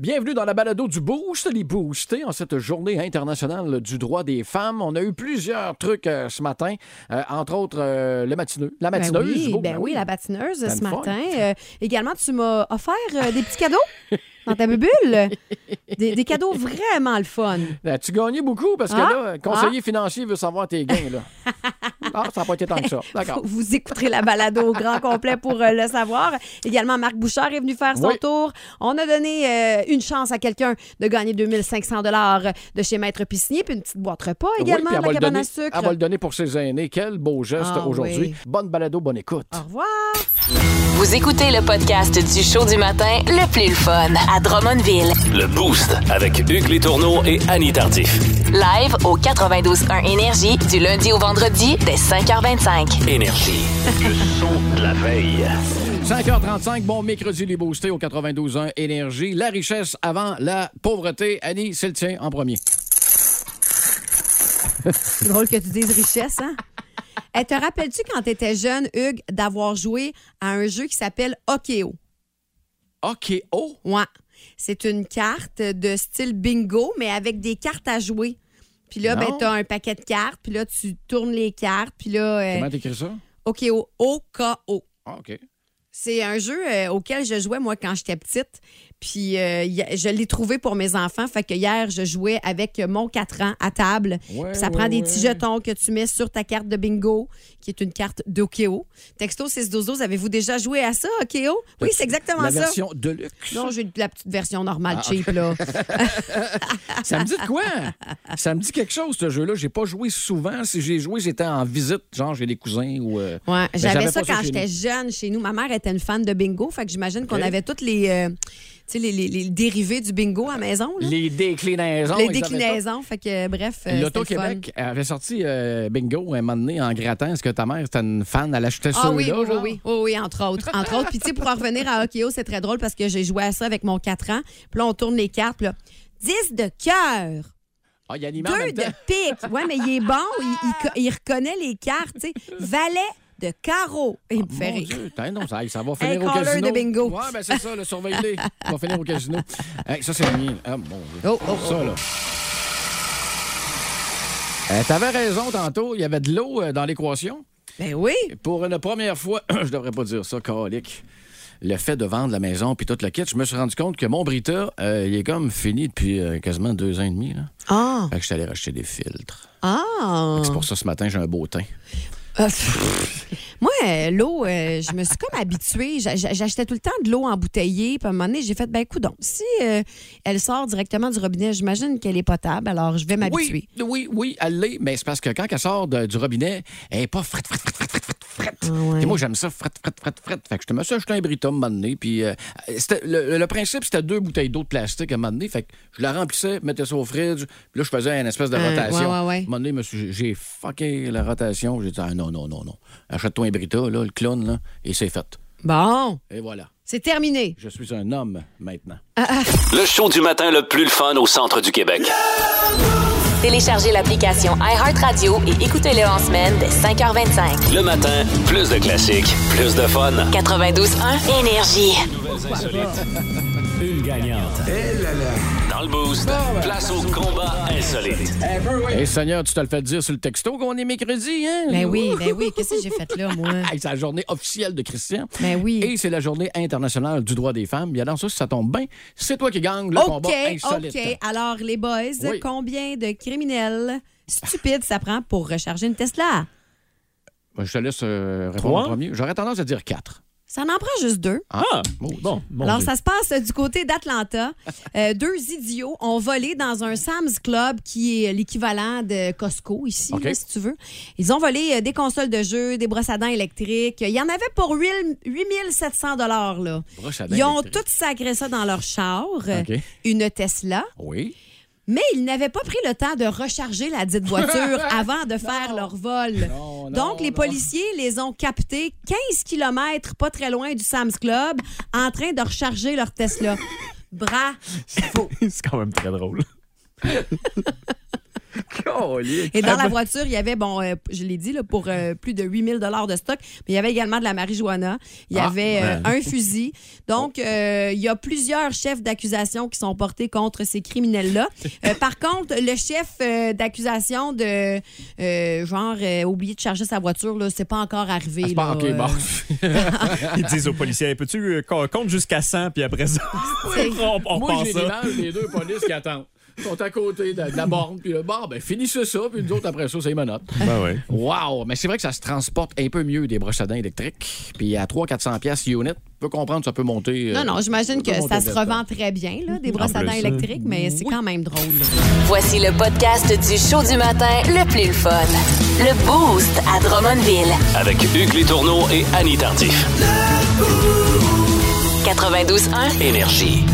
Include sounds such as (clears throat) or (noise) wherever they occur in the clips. Bienvenue dans la balado du Boost, les Boostés, en cette journée internationale du droit des femmes. On a eu plusieurs trucs euh, ce matin, euh, entre autres euh, le matineux, la Ben matineuse. oui, Oh, ben ben oui, la patineuse T'as ce une fun. matin. Euh, également, tu m'as offert euh, des (laughs) petits cadeaux dans ta bulle. Des, des cadeaux vraiment le fun. Euh, Tu gagnais beaucoup parce que Ah, là, conseiller financier veut savoir tes gains. (laughs) Là. ah, ça n'a pas été tant que ça. D'accord. Vous- Vous écouterez la balado au grand complet pour euh, le savoir. Également, Marc Bouchard est venu faire son Oui. tour. On a donné euh, une chance à quelqu'un de gagner 2500 de chez Maître Piscinier, puis une petite boîte repas également puis de la le cabane donner, à sucre. elle va le donner pour ses aînés. Quel beau geste Ah, aujourd'hui. oui. Ah, Bonne balado, bonne écoute. Au revoir. Vous écoutez le podcast du show du matin le plus le fun à Drummondville. Le Boost avec Hugues Létourneau et Annie Tardif. Live au 92.1 Énergie du lundi au vendredi dès 5h25. Énergie. Le son de la veille. 5h35, bon mercredi, les boostés au 92.1 Énergie. La richesse avant la pauvreté. Annie, c'est le tien en premier. C'est drôle que tu dises richesse, hein? Eh, te rappelles-tu quand tu étais jeune, Hugues, d'avoir joué à un jeu qui s'appelle Hockey OK, oh. Ouais. C'est une carte de style bingo, mais avec des cartes à jouer. Puis là, ben, Non. tu as un paquet de cartes, puis là, tu tournes les cartes, puis là, euh, Comment t'écris ça? OK, O, O-K-O. Ah, OK. C'est un jeu euh, auquel je jouais, moi, quand j'étais petite. Puis euh, y- je l'ai trouvé pour mes enfants. Fait que hier, je jouais avec mon 4 ans à table. Ouais, Puis ça ouais, prend des ouais. petits jetons que tu mets sur ta carte de bingo, qui est une carte d'Okeo. Texto 612, avez-vous déjà joué à ça, Okeo? Oui, c'est exactement la hein, ça. version deluxe. Non, j'ai la petite version normale Ah, (laughs) cheap, là. Ça me dit (laughs) de quoi? ça me dit quelque chose, ce jeu-là. J'ai pas joué souvent. Si j'ai joué, j'étais en visite. Genre, j'ai des cousins ou. euh, Ouais, mais j'avais j'avais ça pas quand chez j'étais nous. jeune chez nous. Ma mère était une fan de bingo, fait que j'imagine qu'on OK. avait toutes les, euh, tu sais, les, les- les dérivés du bingo à la maison. là. Les déclinaisons. Les ils avaient ça. déclinaisons, fait que euh, bref, euh, c'était le fun. L'Auto-Québec avait sorti euh, Bingo un moment donné en grattant. Est-ce que ta mère était une fan? Elle achetait Ah oui, ceux-là? oui, oui, genre? oui, oui, oui, entre (laughs) autres. Entre autres. Puis tu sais, pour en revenir à Hockey c'est très drôle parce que j'ai joué à ça avec mon 4 ans. Puis là, on tourne les cartes. puis là, 10 de cœur, Ah, il y a l'image en deux même de temps. pique. Ouais, mais il est bon, il, il co- il reconnaît les cartes. tu sais. Valet de carreau. Il me fait Ah, Mon rire. Dieu, tain, non, ça, ça va finir au caller casino. de bingo. Ouais, ben c'est ça, le (laughs) surveiller. Ça va finir au casino. Hey, ça, c'est le mien. Ah, mon Dieu. Oh, oh, oh. Ça, là. Euh, T'avais raison tantôt, il y avait de l'eau euh, dans l'équation. Ben oui. Pour une première fois, (clears throat) je devrais pas dire ça, calique. Le fait de vendre la maison puis toute la kit, je me suis rendu compte que mon Brita, euh, il est comme fini depuis euh, quasiment deux ans et demi. Là. Ah, Fait que je suis allé racheter des filtres. ah. C'est pour ça, ce matin, j'ai un beau teint. Ah, pff. Moi, euh, l'eau, euh, je me suis comme habituée. J'a- j'a- J'achetais tout le temps de l'eau embouteillée. Puis à un moment donné, j'ai fait, ben écoute donc, si euh, elle sort directement du robinet, j'imagine qu'elle est potable, alors je vais m'habituer. Oui, oui, oui, elle l'est, mais c'est parce que quand elle sort de- du robinet, elle n'est pas frette, frette, frette, frette, frette, frette. Ah ouais. Et moi, j'aime ça, frette, frette, frette, frette. Fait que je me suis acheté un Brita un moment donné, puis euh, c'était- le, le principe, c'était deux bouteilles d'eau de plastique à un moment donné, fait que je la remplissais, mettais ça au fridge, puis là, je faisais une espèce de Euh, rotation. ouais, ouais, ouais. À un moment donné, je me suis- j'ai fucké la rotation, j'ai dit, ah non, non, non, non, achète-toi un Brita, là, le clone, là, et c'est fait. Bon, Et voilà, c'est terminé. je suis un homme maintenant. Le show du matin le plus le fun au centre du Québec. Téléchargez l'application iHeartRadio et écoutez-le en semaine dès 5h25. Le matin, plus de classiques, plus de fun. 92.1 Énergie. Une gagnante. Dans le Boost, place au combat insolite. Et Eh, Seigneur, tu te le fais dire sur le texto qu'on est mercredi, hein? Ben oui, ben oui, qu'est-ce que j'ai fait là, moi? (laughs) Hey, c'est la journée officielle de Christian. Ben oui. Et c'est la journée internationale du droit des femmes. Bien dans ça, si ça tombe bien, c'est toi qui gagne le OK, combat insolite. OK. Alors, les boys, hein. Oui. combien de criminels stupides ça prend pour recharger une Tesla? Ben, Je te laisse euh, répondre Trois? en premier. J'aurais tendance à dire quatre. Ça en prend juste deux. Ah, bon, mon Alors, Dieu. ça se passe euh, du côté d'Atlanta. Euh, deux idiots ont volé dans un Sam's Club qui est l'équivalent de Costco ici, OK. là, si tu veux. Ils ont volé euh, des consoles de jeux, des brosses à dents électriques. Il y en avait pour 8700 dollars là. Broche à dents Ils ont Ah, ben, électrique. tous sacré ça dans leur char, euh, OK. une Tesla, Oui. mais ils n'avaient pas pris le temps de recharger la dite (laughs) voiture avant de faire leur vol. Non, non, Donc, les non. policiers les ont captés 15 km pas très loin du Sam's Club en train de recharger leur Tesla. Bravo! (laughs) (laughs) C'est quand même très drôle. Calique. Et dans Ah, la voiture, il y avait, bon, euh, je l'ai dit, là, pour euh, plus de 8000 de stock, mais il y avait également de la marijuana, il y Ah, avait euh, ben. un fusil. Oh. Donc, euh, il y a plusieurs chefs d'accusation qui sont portés contre (laughs) ces criminels-là. Euh, par contre, le chef euh, d'accusation de, euh, genre, euh, oublier de charger sa voiture, là, c'est pas encore arrivé. Ah, Ah, c'est pas- là, OK, (laughs) euh, bon. Ils disent aux policiers, peux-tu euh, co- compte jusqu'à 100, puis après ça, (laughs) c'est- on, on Moi, pense j'ai ça. l'image des deux polices qui attendent. Ils sont à côté de de la borne, puis le bar, ben finissez ça, puis nous autres, après ça, c'est menottes. (laughs) Ben ouais. Wow! Mais c'est vrai que ça se transporte un peu mieux des brosses à dents électriques. Puis à 300-400 pièces unit, tu peux comprendre, ça peut monter. euh, Non, non, j'imagine que peut monter ça se vite, hein. revend très bien, là, des brosses à plus, dents euh, électriques, mais c'est quand même drôle. là. Ah, Voici le podcast du show du matin le plus le fun. Le Boost à Drummondville. Avec Hugues Létourneau et Annie Tardif. 92.1. Énergie.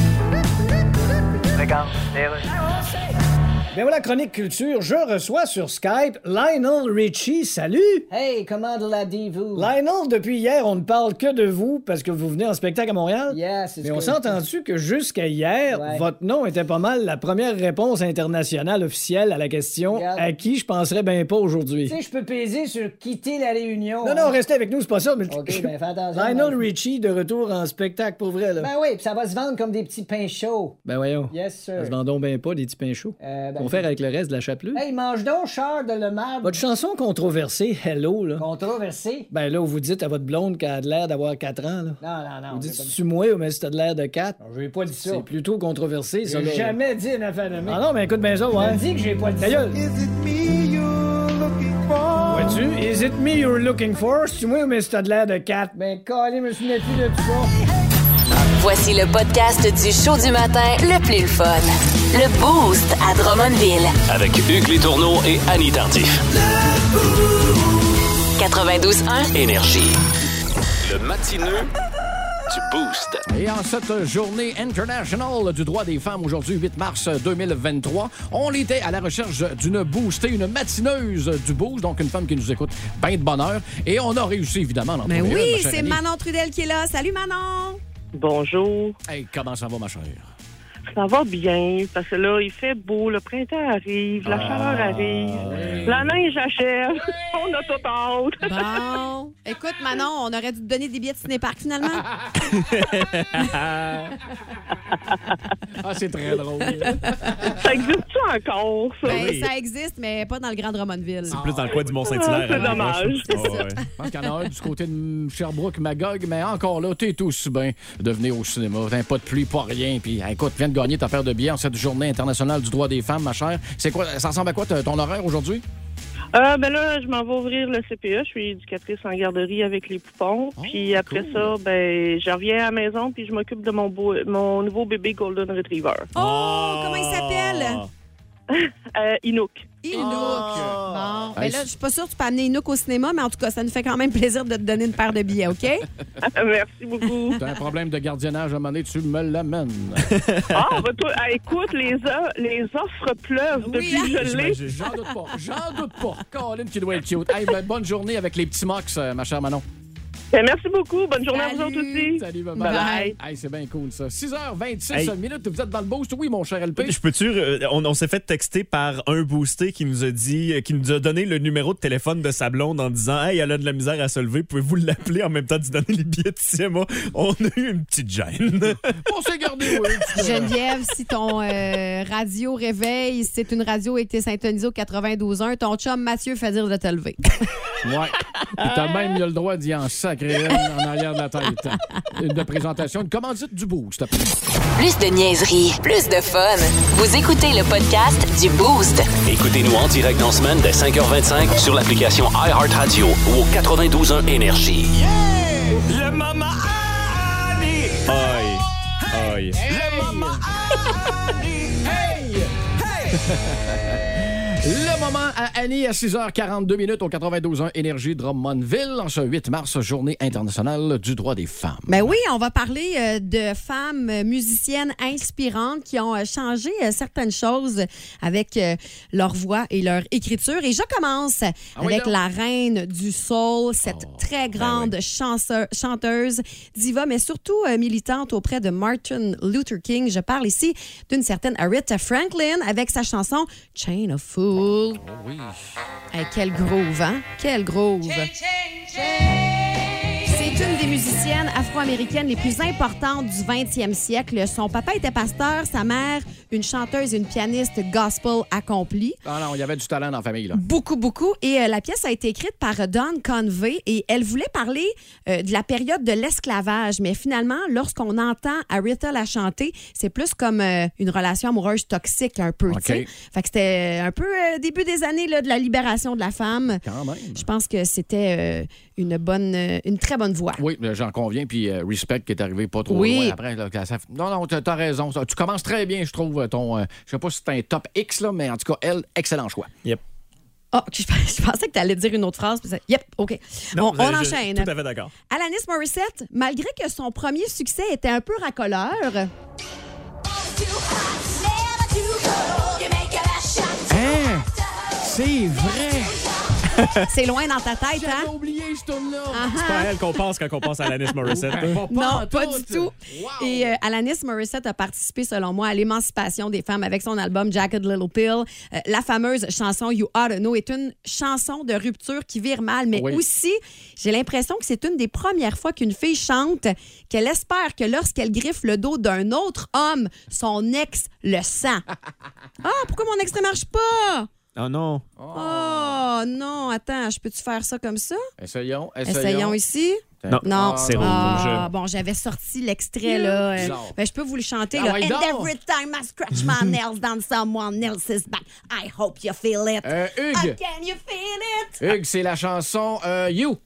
Ben voilà, Chronique Culture, je reçois sur Skype Lionel Richie. Salut! Hey, comment la vous? Lionel, depuis hier, on ne parle que de vous parce que vous venez en spectacle à Montréal. Yes, it's Mais on good. s'est entendu que jusqu'à hier, Ouais. votre nom était pas mal la première réponse internationale officielle à la question Regarde. à qui je penserais bien pas aujourd'hui. Tu sais, je peux peser sur quitter la réunion. Non, hein. non, restez avec nous, c'est pas ça. Mais (laughs) Ok, ben, fais attention, Lionel ben. Richie de retour en spectacle pour vrai, là. Ben oui, pis ça va se vendre comme des petits pains chauds. Ben voyons. Yes, Ça sir. se vend donc bien pas des petits pains chauds. Euh, ben, Qu'on faire avec le reste de la chapelure. Hey, mange donc, char de le marbre. Votre chanson controversée, Hello, là. Controversé. Ben là, vous dites à votre blonde qu'elle a de l'air d'avoir 4 ans, là. Non, non, non. Vous dites, j'ai pas dit- tu moi, mais si t'as de l'air de 4. J'ai pas dit ça. C'est plutôt controversé, ça. là. J'ai jamais dit une affaire de mec. Ah non, mais écoute bien ça, On ouais. dit que j'ai pas dit Ta ça. gueule. Vois-tu? Is it me you're looking for? Si tu moi, mais si t'as de l'air de 4. Ben, calé, je me souviens plus de tout ça. Voici le podcast du show du matin le plus le fun. Le Boost à Drummondville. Avec Hugues Létourneau et Annie Tardif. 92.1. Énergie. Le matineux du Boost. Et en cette journée internationale du droit des femmes, aujourd'hui 8 mars 2023, on était à la recherche d'une boostée, une matineuse du boost, donc une femme qui nous écoute bien de bonheur. Et on a réussi, évidemment, à en Mais trouver une, ben ma Ben oui, chère c'est Annie. Manon Trudel qui est là. Salut, Manon! Bonjour. Hey, comment ça va, ma chère? Ça va bien, parce que là, il fait beau, le printemps arrive, la Ah, chaleur arrive, la neige achève, (laughs) on a tout hâte. Bon. Écoute, Manon, on aurait dû te donner des billets de cinéparc finalement. Ah, c'est très (laughs) drôle. Ça existe-tu encore, ça? Ben, oui. Ça existe, mais pas dans le Grand Drummondville. C'est plus dans le coin du Ah, Mont-Saint-Hilaire. hein, c'est à la dommage. roche. C'est Ah, ouais. Je pense qu'il y en a un du côté de Sherbrooke, Magog, mais encore là, t'es tous bien de venir au cinéma. T'as pas de pluie, pas rien. Puis écoute, viens de gagner ta paire de billets en cette journée internationale du droit des femmes, ma chère. C'est quoi, ça ressemble à quoi t- ton horaire aujourd'hui? Euh, ben là, je m'en vais ouvrir le CPE, je suis éducatrice en garderie avec les poupons, Oh, puis après cool. ça, ben, je reviens à la maison, puis je m'occupe de mon, beau, mon nouveau bébé Golden Retriever, Oh, comment il Ah. s'appelle? euh, Inouk. Inouk. Ah. Bon, ben là, je suis pas sûre que tu peux amener Inouk au cinéma, mais en tout cas, ça nous fait quand même plaisir de te donner une paire de billets, OK? (laughs) Merci (laughs) beaucoup. T'as un problème de gardiennage à un moment donné, tu me l'amènes. Ah, ben, toi, ah, écoute, les, o- les offres pleuvent Oui, depuis hein? que je l'ai. J'imagine. J'en doute pas. J'en doute pas. Colin qui doit être cute. Hey, ben, bonne journée avec les petits mox, euh, ma chère Manon. Ben, merci beaucoup. Bonne journée à Salut. vous autres aussi. Salut, bye Bye. bye. Hey, c'est bien cool, ça. 6h26 Hey. minutes, vous êtes dans le boost. Oui, mon cher LP. Je peux-tu. euh, On, on s'est fait texter par un boosté qui nous a dit, euh, qui nous a donné le numéro de téléphone de sa blonde en disant Hey, elle a de la misère à se lever, pouvez-vous l'appeler en même temps de lui donner les billets de cinéma? On a eu une (laughs) petite gêne. On s'est gardé, oui. (laughs) Geneviève, si ton euh, radio réveil, si c'est une radio et que t'es syntonisé au 92.1, ton chum Mathieu fait dire de te lever. Ouais. Puis t'as même eu le droit d'y en sacrer une en arrière de la tête. Une présentation, une commandite du boost. Plus de niaiserie, plus de fun. Vous écoutez le podcast du Boost. Écoutez-nous en direct dans la semaine dès 5h25 sur l'application iHeartRadio ou au 92.1 Énergie. Le Mama Annie! Aïe. Aïe. Le moment à Annie à 6h42 minutes au 92.1 Énergie Drummondville en ce 8 mars, journée internationale du droit des femmes. Ben oui, on va parler euh, de femmes euh, musiciennes inspirantes qui ont euh, changé euh, certaines choses avec euh, leur voix et leur écriture. Et je commence Ah oui, Oh, ben avec donc. la reine du soul, cette très grande chanceu- chanteuse, diva, mais surtout euh, militante auprès de Martin Luther King. Je parle ici d'une certaine Aretha Franklin avec sa chanson Chain of Food. Cool. Oh oui. Hey, quel groove, hein? Quel groove. C'est une des musiciennes afro-américaines les plus importantes du 20e siècle. Son papa était pasteur, sa mère, une chanteuse et une pianiste gospel accomplie. Ah non, il y avait du talent dans la famille, là. Beaucoup, beaucoup. Et euh, la pièce a été écrite par Don Convey et elle voulait parler euh, de la période de l'esclavage. Mais finalement, lorsqu'on entend Aretha la chanter, c'est plus comme euh, une relation amoureuse toxique un peu. OK. tu sais. Fait que c'était un peu euh, début des années là, de la libération de la femme. Quand même. Je pense que c'était euh, une bonne, euh, une très bonne voix. Oui, mais j'en conviens. Puis euh, Respect qui est arrivé pas trop Oui. loin après. là, que ça- Non, non, t'as t'as raison. Ça- Tu commences très bien, je trouve, ton... euh, je sais pas si c'est un top X, là, mais en tout cas, elle, excellent choix. Ah, je, (laughs) je pensais que tu allais dire une autre phrase. puis ça- Yep, OK. Non, euh, on on je- enchaîne. Tout à fait d'accord. Alanis Morissette, malgré que son premier succès était un peu racoleur, (laughs) Hein? C'est vrai! c'est loin dans ta tête, J'avais hein? ah. oublié ce tourne-là! C'est pas à elle qu'on pense quand on pense à Alanis Morissette. Non, pas du tout. Et euh, Alanis Morissette a participé, selon moi, à l'émancipation des femmes avec son album Jacket Little Pill. Euh, la fameuse chanson You Ought Know est une chanson de rupture qui vire mal, mais Oui. aussi, j'ai l'impression que c'est une des premières fois qu'une fille chante qu'elle espère que lorsqu'elle griffe le dos d'un autre homme, son ex le sent. (laughs) Ah, pourquoi mon ex ne marche pas? Oh non. Oh non, attends, je peux-tu faire ça comme ça? Essayons, Essayons essayons. ici. Non. Non, c'est Ah, rouge. bon, j'avais sorti l'extrait là. Euh, Bizarre. ben, je peux vous le chanter Ah là. ouais, And donc. every time I scratch (laughs) my nails down someone else's back, I hope you feel it. Euh, Hugues, Can you feel it? Hugues, c'est la chanson euh, You.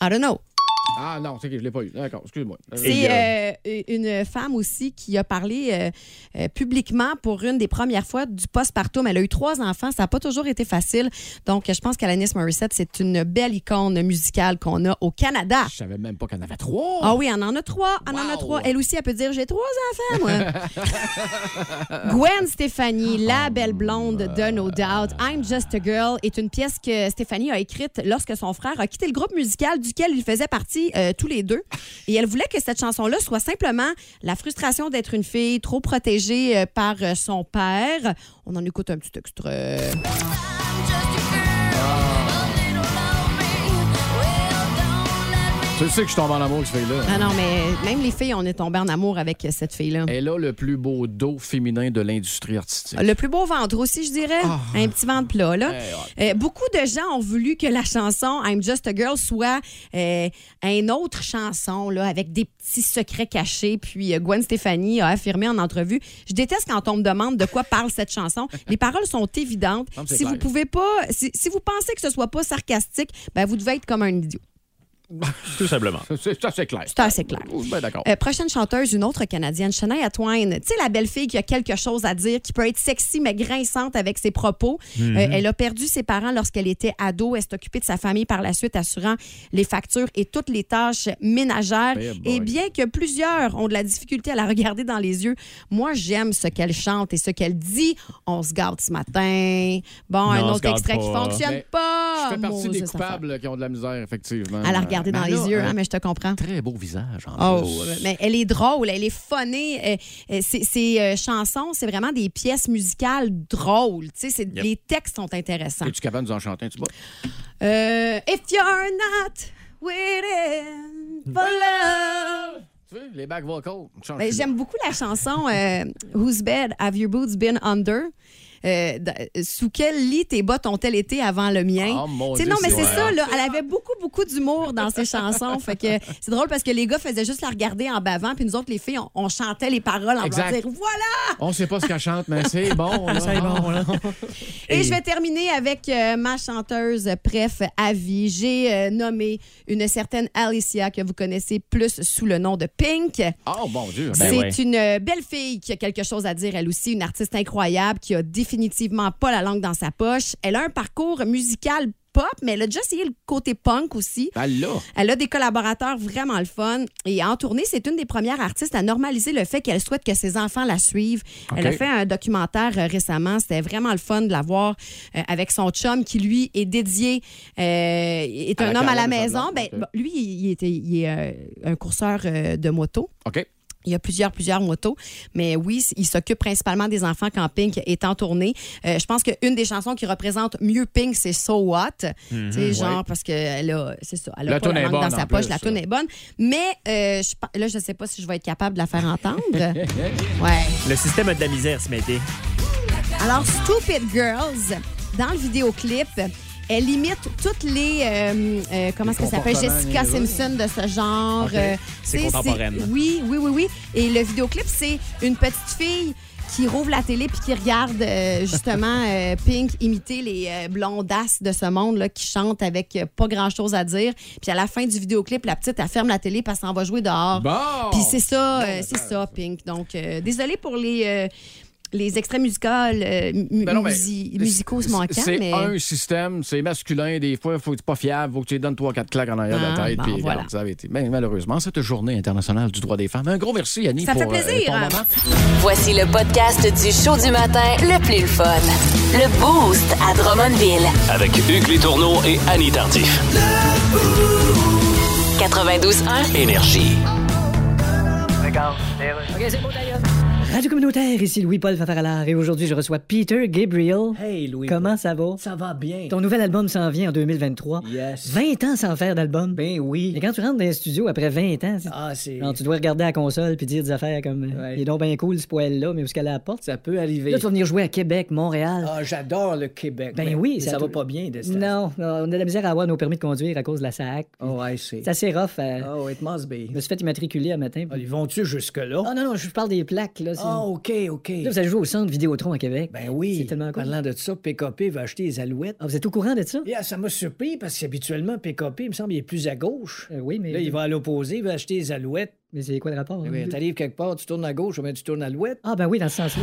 I don't know. Ah non, c'est que je l'ai pas eu. D'accord, excuse-moi. C'est euh, une femme aussi qui a parlé euh, euh, publiquement pour une des premières fois du postpartum. Elle a eu trois enfants. Ça n'a pas toujours été facile. Donc, je pense qu'Alanis Morissette, c'est une belle icône musicale qu'on a au Canada. Je savais même pas qu'on avait trois. Ah oui, on en a trois. On en a Wow. trois. Elle aussi, elle peut dire j'ai trois enfants, moi. Gwen Stefani, la belle blonde de No Doubt, I'm Just a Girl, est une pièce que Stefani a écrite lorsque son frère a quitté le groupe musical duquel ils faisaient partie euh, tous les deux. Et elle voulait que cette chanson-là soit simplement la frustration d'être une fille trop protégée euh, par euh, son père. On en écoute un petit extrait. Tu sais que je tombe en amour avec ce fille-là. Ah non, mais même les filles, on est tombé en amour avec euh, cette fille-là. Elle a le plus beau dos féminin de l'industrie artistique. Le plus beau ventre aussi, je dirais. Ah. Un petit ventre plat, là. Eh, Euh, beaucoup de gens ont voulu que la chanson I'm Just a Girl soit euh, une autre chanson, là, avec des petits secrets cachés. Puis euh, Gwen Stefani a affirmé en entrevue Je déteste quand on me demande de quoi parle cette chanson. Les paroles sont évidentes. Non, mais c'est Si vous clair. pouvez pas, si, si vous pensez que ce soit pas sarcastique, ben, vous devez être comme un idiot. Tout simplement. C'est ça, c'est clair. C'est assez clair. Oh, ben d'accord. Euh, prochaine chanteuse, une autre Canadienne, Shania Twain. Tu sais, la belle fille qui a quelque chose à dire, qui peut être sexy mais grinçante avec ses propos. Mhm. Euh, elle a perdu ses parents lorsqu'elle était ado. Elle s'est occupée de sa famille par la suite, assurant les factures et toutes les tâches ménagères. Eh boy. et bien que plusieurs ont de la difficulté à la regarder dans les yeux, moi, j'aime ce qu'elle chante et ce qu'elle dit. On se garde ce matin. Bon, on un se autre garde extrait qui pas. fonctionne Mais pas. je fais partie des Moses, ça fait. coupables qui ont de la misère, effectivement. À la regarder dans Mais les là, euh, yeux, un hein, mais je te comprends. Très beau visage, en Oh, plus. mais elle est drôle, elle est funnée. Euh, euh, Ces ces, euh, chansons, c'est vraiment des pièces musicales drôles. Tu sais, c'est- Les textes sont intéressants. Es-tu capable de nous en chanter un petit peu? Euh, If you're not waiting for love. Tu sais, les back vocals. tu changes Ben, plus. J'aime beaucoup la chanson euh, Whose bed have your boots been under? Euh, d- sous quel lit tes bottes ont-elles été avant le mien? Oh, mon Tu sais, Dieu, non, mais c'est c'est vrai. ça, là. Elle avait beaucoup, beaucoup d'humour dans ses chansons. Fait que c'est drôle parce que les gars faisaient juste la regarder en bavant, puis nous autres, les filles, on, on chantait les paroles en voulant Exact. dire voilà! On sait pas ce qu'elle chante, mais (laughs) c'est bon. là. Et, je vais terminer avec euh, ma chanteuse, euh, bref, Avi. J'ai euh, nommé une certaine Alicia que vous connaissez plus sous le nom de Pink. Oh, mon Dieu. Ben, C'est une euh, belle fille qui a quelque chose à dire, elle aussi, une artiste incroyable qui a définitivement pas la langue dans sa poche. Elle a un parcours musical pop, mais elle a déjà essayé le côté punk aussi. ben là. Elle a des collaborateurs vraiment le fun. Et en tournée, c'est une des premières artistes à normaliser le fait qu'elle souhaite que ses enfants la suivent. Elle a fait un documentaire euh, récemment. C'était vraiment le fun de la voir euh, avec son chum qui, lui, est dédié, euh, est À un la homme à la Caroline maison. Saint-Blanc, Ben, ok. bon, lui, il, était, il est euh, un courseur euh, de moto. OK. Il y a plusieurs, plusieurs motos. Mais oui, c- il s'occupe principalement des enfants quand Pink est en tournée. Euh, je pense qu'une des chansons qui représente mieux Pink, c'est So What. Tu sais, genre, parce qu'elle a, c'est ça, elle Mhm, a La pas toune la est langue bonne dans en sa poche, plus, la ça. toune est bonne. Mais euh, je pa- là, je sais pas si je vais être capable de la faire entendre. (laughs) ouais. Le système a de la misère ce matin. Alors, Stupid Girls, dans le vidéoclip, elle imite toutes les. euh, euh, comment est-ce que ça s'appelle? comportements Jessica niaiseux. Simpson de ce genre. Ok. euh, C'est tu sais, contemporaine. Oui, oui, oui, oui. Et le vidéoclip, c'est une petite fille qui rouvre la télé puis qui regarde euh, (laughs) justement euh, Pink imiter les euh, blondasses de ce monde là, qui chantent avec euh, pas grand-chose à dire. Puis à la fin du vidéoclip, la petite, elle ferme la télé parce qu'elle s'en va jouer dehors. Bon! Puis c'est ça, euh, c'est ça, Pink. Donc, euh, désolé pour les, euh, les extraits musicaux, euh, mu- Ben non, mais musi- c'est- musicaux se manquants, C'est mais un système, c'est masculin. Des fois, faut que tu sois pas fiable, faut que tu lui donnes 3-4 claques en arrière de Ah, la tête. bon, puis, voilà. regarde, ça avait été. Ben, malheureusement, cette journée internationale du droit des femmes. Un gros merci, Annie, Ça pour fait euh, plaisir, ton hein. moment. Voici le podcast du show du matin le plus fun. Le Boost à Drummondville. Avec Hugues Létourneau et Annie Tardif. 92.1. Énergie. Radio communautaire, ici Louis-Paul Fafaralard et aujourd'hui je reçois Peter Gabriel. Hey, Louis. Comment ça va? Ça va bien. Ton nouvel album s'en vient en 2023. Yes. 20 ans sans faire d'album. Ben Et oui. quand tu rentres dans un studio après 20 ans, c'est- Ah, c'est. genre, tu dois regarder la console puis dire des affaires comme euh, Ouais. Ben- Il est donc bien cool ce poêle-là, mais où est-ce qu'elle apporte? Ça peut arriver. Là, tu vas venir jouer à Québec, Montréal. Ah, j'adore le Québec. Ben mais- oui, mais ça ça, tou- va pas bien, Destin. non, on a de la misère à avoir nos permis de conduire à cause de la SAC. Oh, I see. C'est assez rough. euh, Oh, it must be. Je me suis fait immatriculer un matin. Ah, ils vont-tu jusque-là? Oh non, non, je parle des plaques. Là, c'est- Ah, OK, OK. Là, vous allez jouer au centre Vidéotron à Québec. Ben oui. C'est tellement cool. Parlant de ça, PKP va acheter les alouettes. Ah, vous êtes au courant de ça? Yeah, ça m'a surpris parce qu'habituellement, PKP, il me semble, il est plus à gauche. Euh, oui, mais. Là, il va à l'opposé, il va acheter les alouettes. Mais c'est quoi le rapport? hein? Ben, T'arrives quelque part, tu tournes à gauche, ben, tu tournes à l'ouette. Ah, ben oui, dans ce sens-là.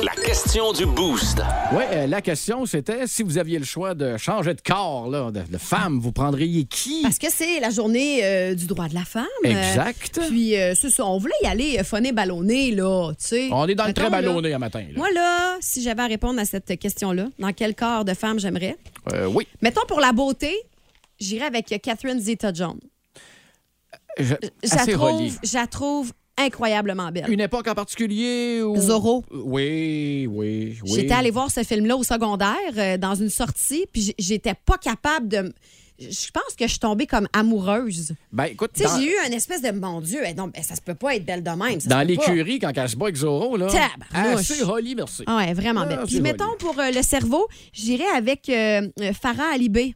la question du boost. Oui, euh, la question, c'était si vous aviez le choix de changer de corps, là, de, de femme, vous prendriez qui? parce que c'est la journée euh, du droit de la femme. euh, Exact. puis, euh, c'est ça, on voulait y aller euh, phoné ballonné, là, tu sais. On est dans le Mettons, très là, ballonné à matin. là. Moi, là, si j'avais à répondre à cette question-là, dans quel corps de femme j'aimerais? Euh, oui. Mettons, pour la beauté, j'irais avec euh, Catherine Zeta-Jones. Je- Je la assez trouve, relié. je la trouve incroyablement belle. Une époque en particulier? Ou... Zorro. Oui, oui, oui. J'étais allée voir ce film-là au secondaire euh, dans une sortie, puis j- j'étais pas capable de. m- Je pense que je suis tombée comme amoureuse. Ben, écoute, Tu sais, dans- j'ai eu une espèce de mon Dieu, eh, non, ben, ça se peut pas être belle de même. ça se Dans peut pas. l'écurie, quand elle se bat avec Zorro, là. Tabarnouche. Assez joli, merci. Ah ouais, vraiment Ah, belle. c'est Puis joli. mettons pour euh, le cerveau, j'irais avec euh, euh, Farah Alibé,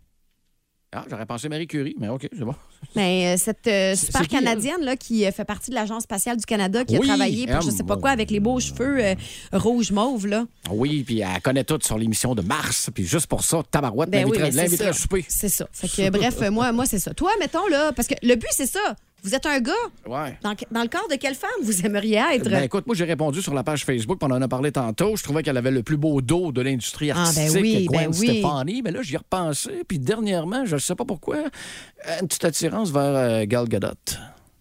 Ah, j'aurais pensé Marie Curie, mais OK, c'est bon. mais euh, cette euh, super c'est qui, elle? canadienne là qui euh, fait partie de l'agence spatiale du Canada, qui Oui, a travaillé pour je hum, sais pas bon. quoi avec les beaux cheveux euh, rouge mauve là. Ah Oui, puis elle connaît tout sur l'émission de Mars, puis juste pour ça, Tabarouette Ben oui, l'inviterait- mais c'est l'inviterait ça. à souper. C'est ça. Fait que, bref, euh, moi, moi c'est ça. Toi, mettons, là, parce que le but, c'est ça. Vous êtes un gars. Ouais. Dans, dans le corps de quelle femme vous aimeriez être? Ben écoute, moi j'ai répondu sur la page Facebook, puis on en a parlé tantôt. Je trouvais qu'elle avait le plus beau dos de l'industrie Ah, ben artistique, oui, Gwen ben oui. Stefani. Mais là, j'y ai repensé, puis dernièrement, je ne sais pas pourquoi, une petite attirance vers euh, Gal Gadot,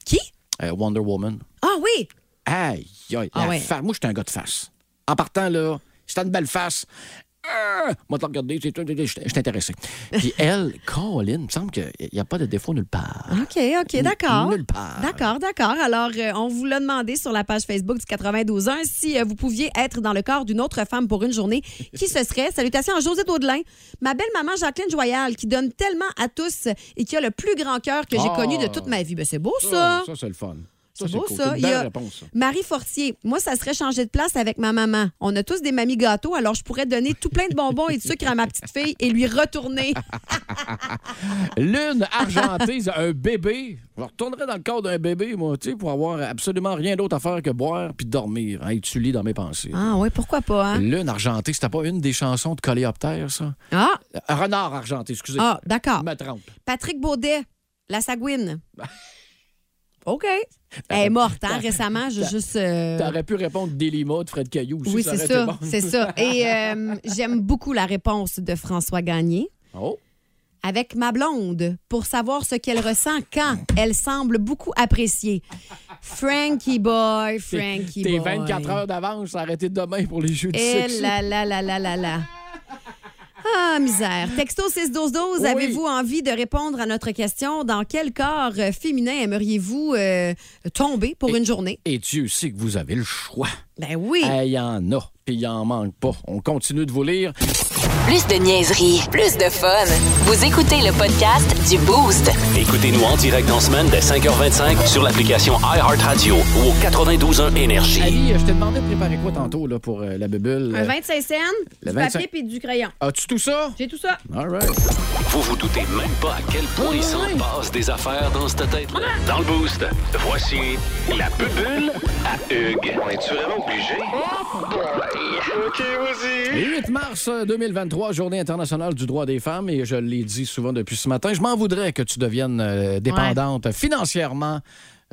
Qui? euh, Wonder Woman. Ah oui! Aïe, aïe, Ah la ouais. fa- Moi, j'étais un gars de face. En partant, là, c'était une belle face. Euh, moi, te regarder, c'est- je suis intéressé. (laughs) Puis elle, Colin, il me semble qu'il n'y a pas de défaut nulle part. OK, OK, d'accord. Nulle part. D'accord, d'accord. Alors, euh, on vous l'a demandé sur la page Facebook du 92.1 si euh, vous pouviez être dans le corps d'une autre femme pour (laughs) une journée. Qui ce serait? Salutations à Josette Audelin, ma belle-maman Jacqueline Joyal, qui donne tellement à tous et qui a le plus grand cœur que j'ai Ah. connu de toute ma vie. Ben, c'est beau, Ça, ça, c'est le fun. Ça, C'est beau, cool. ça. Une Il y belle a- réponse, ça. Marie Fortier, moi, ça serait changer de place avec ma maman. On a tous des mamies gâteaux, alors je pourrais donner tout plein de bonbons et de sucre à ma petite fille et lui retourner. (laughs) Lune argentée, (laughs) c'est un bébé. Je retournerais dans le corps d'un bébé, moi, tu sais, pour avoir absolument rien d'autre à faire que boire puis dormir. Hein, tu lis dans mes pensées. Ah oui, pourquoi pas, hein? Lune argentée, c'était pas une des chansons de Coléoptère, ça? Ah, Euh, Renard argenté, excusez. ah d'accord. Je me trompe. Patrick Baudet, (laughs) la sagouine. OK. Elle est morte, hein, récemment. Je juste... euh, T'aurais pu répondre Delima de Fred Caillou aussi. Oui, c'est aurait ça, été bon. c'est ça. Et euh, j'aime beaucoup la réponse de François Gagné. Oh, avec ma blonde pour savoir ce qu'elle ressent quand elle semble beaucoup appréciée. Frankie Boy, Frankie T'es Boy. 24 heures d'avance, arrêtez demain pour les jeux du Et sexe. là, là, là, là, là, là. Ah, misère. Texto 61212, Oui. avez-vous envie de répondre à notre question? Dans quel corps euh, féminin aimeriez-vous euh, tomber pour une journée? Et Dieu sait que vous avez le choix. Ben oui. Il y en a, puis il en manque pas. On continue de vous lire. Plus de niaiserie, plus de fun. Vous écoutez le podcast du Boost. Écoutez-nous en direct dans la semaine dès 5h25 sur l'application iHeartRadio ou au 92.1 Énergie. Ali, euh, je t'ai demandé de préparer quoi tantôt là, pour euh, la bubule? Un 25 cents, le du 25. papier puis du crayon. As-tu tout ça? J'ai tout ça. All right. Vous vous doutez même pas à quel point il s'en passe des affaires dans cette tête-là. Dans le boost, voici la bubule à Hugues. On est-tu vraiment obligé? OK, vas-y. Le 8 mars euh, 2023, Journée internationale du droit des femmes, et je l'ai dit souvent depuis ce matin, je m'en voudrais que tu deviennes euh, dépendante financièrement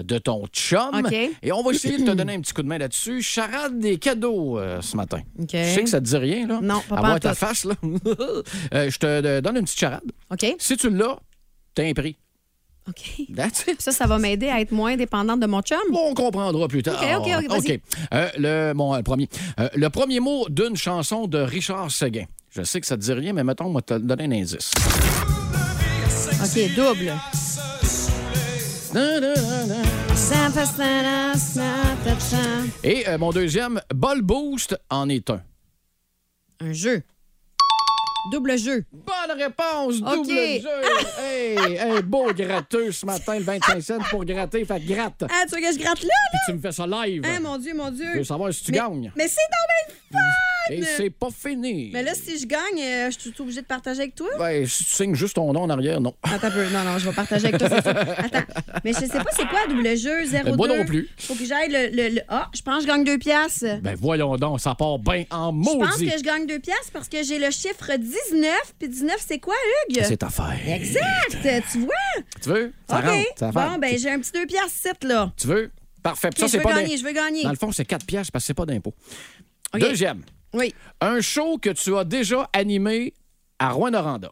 de ton chum. OK. Et on va essayer de te donner un petit coup de main là-dessus. Charade des cadeaux euh, ce matin. OK. Je sais que ça te dit rien, là. Non, pas À voir pantoute. ta face, là. (laughs) Euh, je te euh, donne une petite charade. OK? Si tu l'as, t'as un prix. OK. That's it. Ça, ça va m'aider à être moins dépendante de mon chum? Bon, on comprendra plus tard. OK, OK, OK, vas-y. Euh, le, bon, euh, le premier. Euh, le premier mot d'une chanson de Richard Seguin. Je sais que ça te dit rien, mais mettons, on va te donner un indice. OK, double. Na, na, na, na. Et euh, mon deuxième, Bol Boost en est un. Un jeu. Double jeu. Bonne réponse, double OK. (laughs) jeu. hey, hey, beau gratteux ce matin, le 25 cents pour gratter. Fait que gratte. Ah, tu veux que je gratte là, Puis tu me fais ça live. Hein, mon Dieu, mon Je Dieu. veux savoir si tu Mais- gagnes. Mais c'est dommage fun! Et c'est pas fini. Mais là, si je gagne, euh, je suis obligée de partager avec toi? Ben, si tu signes juste ton nom en arrière, non. Attends un peu. Non, non, je vais partager avec toi, (laughs) c'est sûr. Attends. Mais je sais pas c'est quoi, double jeu, 0 Ben, moi non plus. Faut que j'aille le, le- le- Ah, je pense que je gagne 2 piastres. Ben voyons donc, ça part bien en Je pense maudit. que je gagne 2 piastres parce que j'ai le chiffre 19. Puis 19, c'est quoi, Hugues? Ah, C'est ta fête. Exact! Tu vois? Tu veux? Ça OK. rentre. Ça rentre. bon, ben j'ai un petit 2 piastres 7, là. Tu veux? Parfait. Puis Ok, ça, c'est je veux pas gagner, d'im- je veux gagner. Dans le fond, c'est 4 pièges parce que c'est pas d'impôt. OK. Deuxième. Oui. Un show que tu as déjà animé à Rouen-Noranda.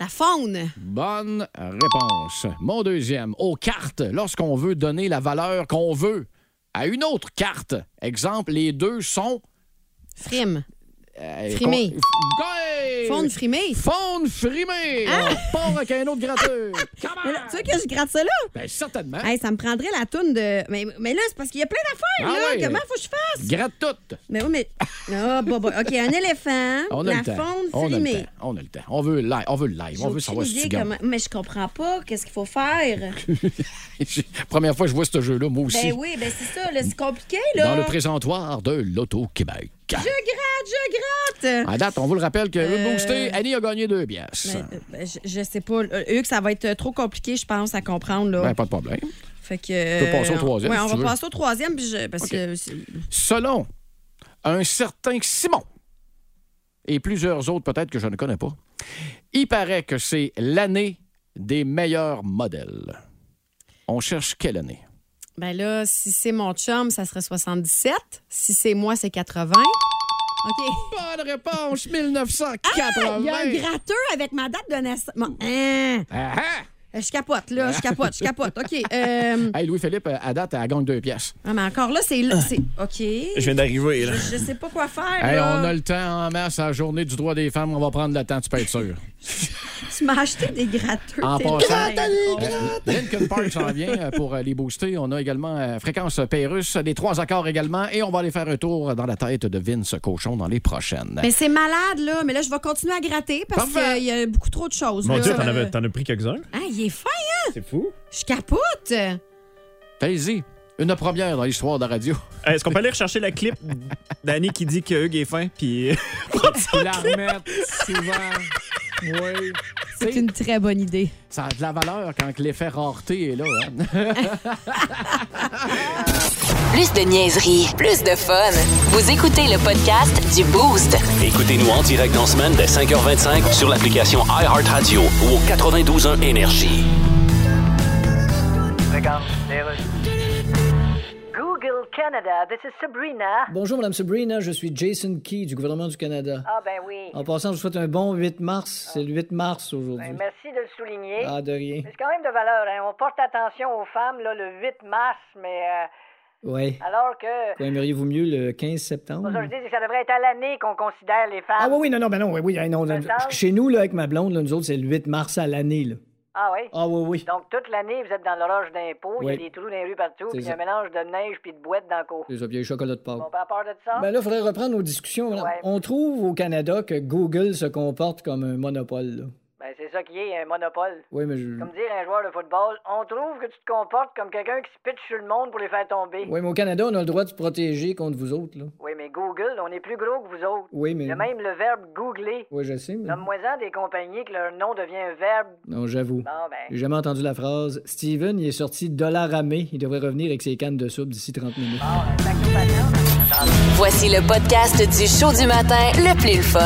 La faune. Bonne réponse. Mon deuxième. Aux cartes, lorsqu'on veut donner la valeur qu'on veut à une autre carte. Exemple, les deux sont... Frime. euh, Frimés. con- Hey! Faune Hein? frimée. Faune frimée. On part avec un autre (laughs) gratteur. Come on! Mais là, tu veux que je gratte ça là? Ben, certainement. Hey, ça me prendrait la toune de. Mais, mais là, c'est parce qu'il y a plein d'affaires, Ah là. ouais. Comment faut que je fasse? Gratte toutes. Mais oui, mais. Ah, bah, bah, OK, un éléphant, On a la le temps. faune on a le frimée. temps. On a le temps. On veut live. On veut live. J'ai On veut aucune savoir si idée tu gagnes. comment- Mais je comprends pas. Qu'est-ce qu'il (laughs) faut faire? J'ai- (laughs) Première fois que je vois ce jeu-là, moi aussi. ben oui, ben c'est ça, là, c'est compliqué, là. Dans le présentoir de l'Auto-Québec. Je gratte, je gratte! À date, on vous le rappelle que le boosté, Annie a gagné deux pièces. Ben, euh, ben, je, je sais pas. euh, Hugues, ça va être euh, trop compliqué, je pense, à comprendre, là. Ben, pas de problème. fait que. peux passer au euh, troisième, ouais, si on tu va veux. passer au troisième, puis je- parce que. c'est- Selon un certain Simon et plusieurs autres peut-être que je ne connais pas, il paraît que c'est l'année des meilleurs modèles. On cherche quelle année? Ben là, si c'est mon chum, ça serait 77. Si c'est moi, c'est 80. OK. (laughs) Bonne Ah, réponse, 1980. Il y a un gratteux avec ma date de naissance. Bon, hein, Ah, ah! je capote, là, je capote, je capote. OK. euh, Mm. Hey, Louis-Philippe, à date, elle gagne deux pièces. ah, mais encore là, c'est. là, c'est- OK. Je viens d'arriver, là. Je, je sais pas quoi faire. Hey, là. on a le temps en masse à la journée du droit des femmes. On va prendre le temps, tu peux être sûr. (laughs) Tu m'as acheté des gratteux. En t'es passant- Ben, bien drôle. Lincoln Park s'en vient euh, pour euh, les booster. On a également euh, Fréquence Pérus, les trois accords également. Et on va aller faire un tour dans la tête de Vince Cochon dans les prochaines. Mais c'est malade, là. Mais là, je vais continuer à gratter parce qu'il Parfait. y a beaucoup trop de choses. Mon là. Dieu, t'en, Euh, avais- t'en as pris quelques-uns? Ah, il est fin, hein? C'est fou. Je capote. Fais-y. Une première dans l'histoire de la radio. Est-ce qu'on peut aller rechercher la clip d'Annie qui dit que Hugues est fin? Puis La remettre souvent. Oui. C'est une très bonne idée. Ça a de la valeur quand que l'effet rareté est là. hein. Plus de niaiserie, plus de fun. Vous écoutez le podcast du Boost. Écoutez-nous en direct dans la semaine dès 5h25 sur l'application iHeartRadio ou au 92.1 Énergie. Google Little Canada. This is Sabrina. Bonjour, Madame Sabrina. Je suis Jason Key du gouvernement du Canada. Ah, ben oui. Ah. En passant, je vous souhaite un bon 8 mars. C'est le 8 mars aujourd'hui. Ben, merci de le souligner. Ah, de rien. Mais c'est quand même de valeur. Hein. On porte attention aux femmes là, le 8 mars, mais Ouais. euh, alors que. Quoi, aimeriez-vous mieux le 15 septembre? Pour ça, je dis que ça devrait être à l'année qu'on considère les femmes. Ah, oui, oui, non, non, ben non, oui, oui, hey, non. là, Septembre? chez nous, là, avec ma blonde, là, nous autres, c'est le 8 mars à l'année, là. Ah oui? Ah, oui, oui. Donc, toute l'année, vous êtes dans l'orage d'impôts, il y Oui. a des trous dans les rues partout, puis il y a ça. un mélange de neige puis de boîtes dans le cours. Les vieilles chocolats de Pâques. On peut avoir peur de ça? Ben là, il faudrait reprendre nos discussions. madame. Ouais. On trouve au Canada que Google se comporte comme un monopole. là. Ben, c'est ça qui est, un monopole. Oui, mais je... Comme dire un joueur de football, on trouve que tu te comportes comme quelqu'un qui se pitche sur le monde pour les faire tomber. Oui, mais au Canada, on a le droit de se protéger contre vous autres. Là. Oui, mais Google, on est plus gros que vous autres. Oui, mais... Il y a même le verbe googler. Oui, je sais, mais... Nomme-moi-en des compagnies que leur nom devient un verbe. Non, j'avoue. Bon, ben. J'ai jamais entendu la phrase « Steven, il est sorti dollar ramé. Il devrait revenir avec ses cannes de soupe d'ici 30 minutes. Voici le podcast du show du matin le plus le fun.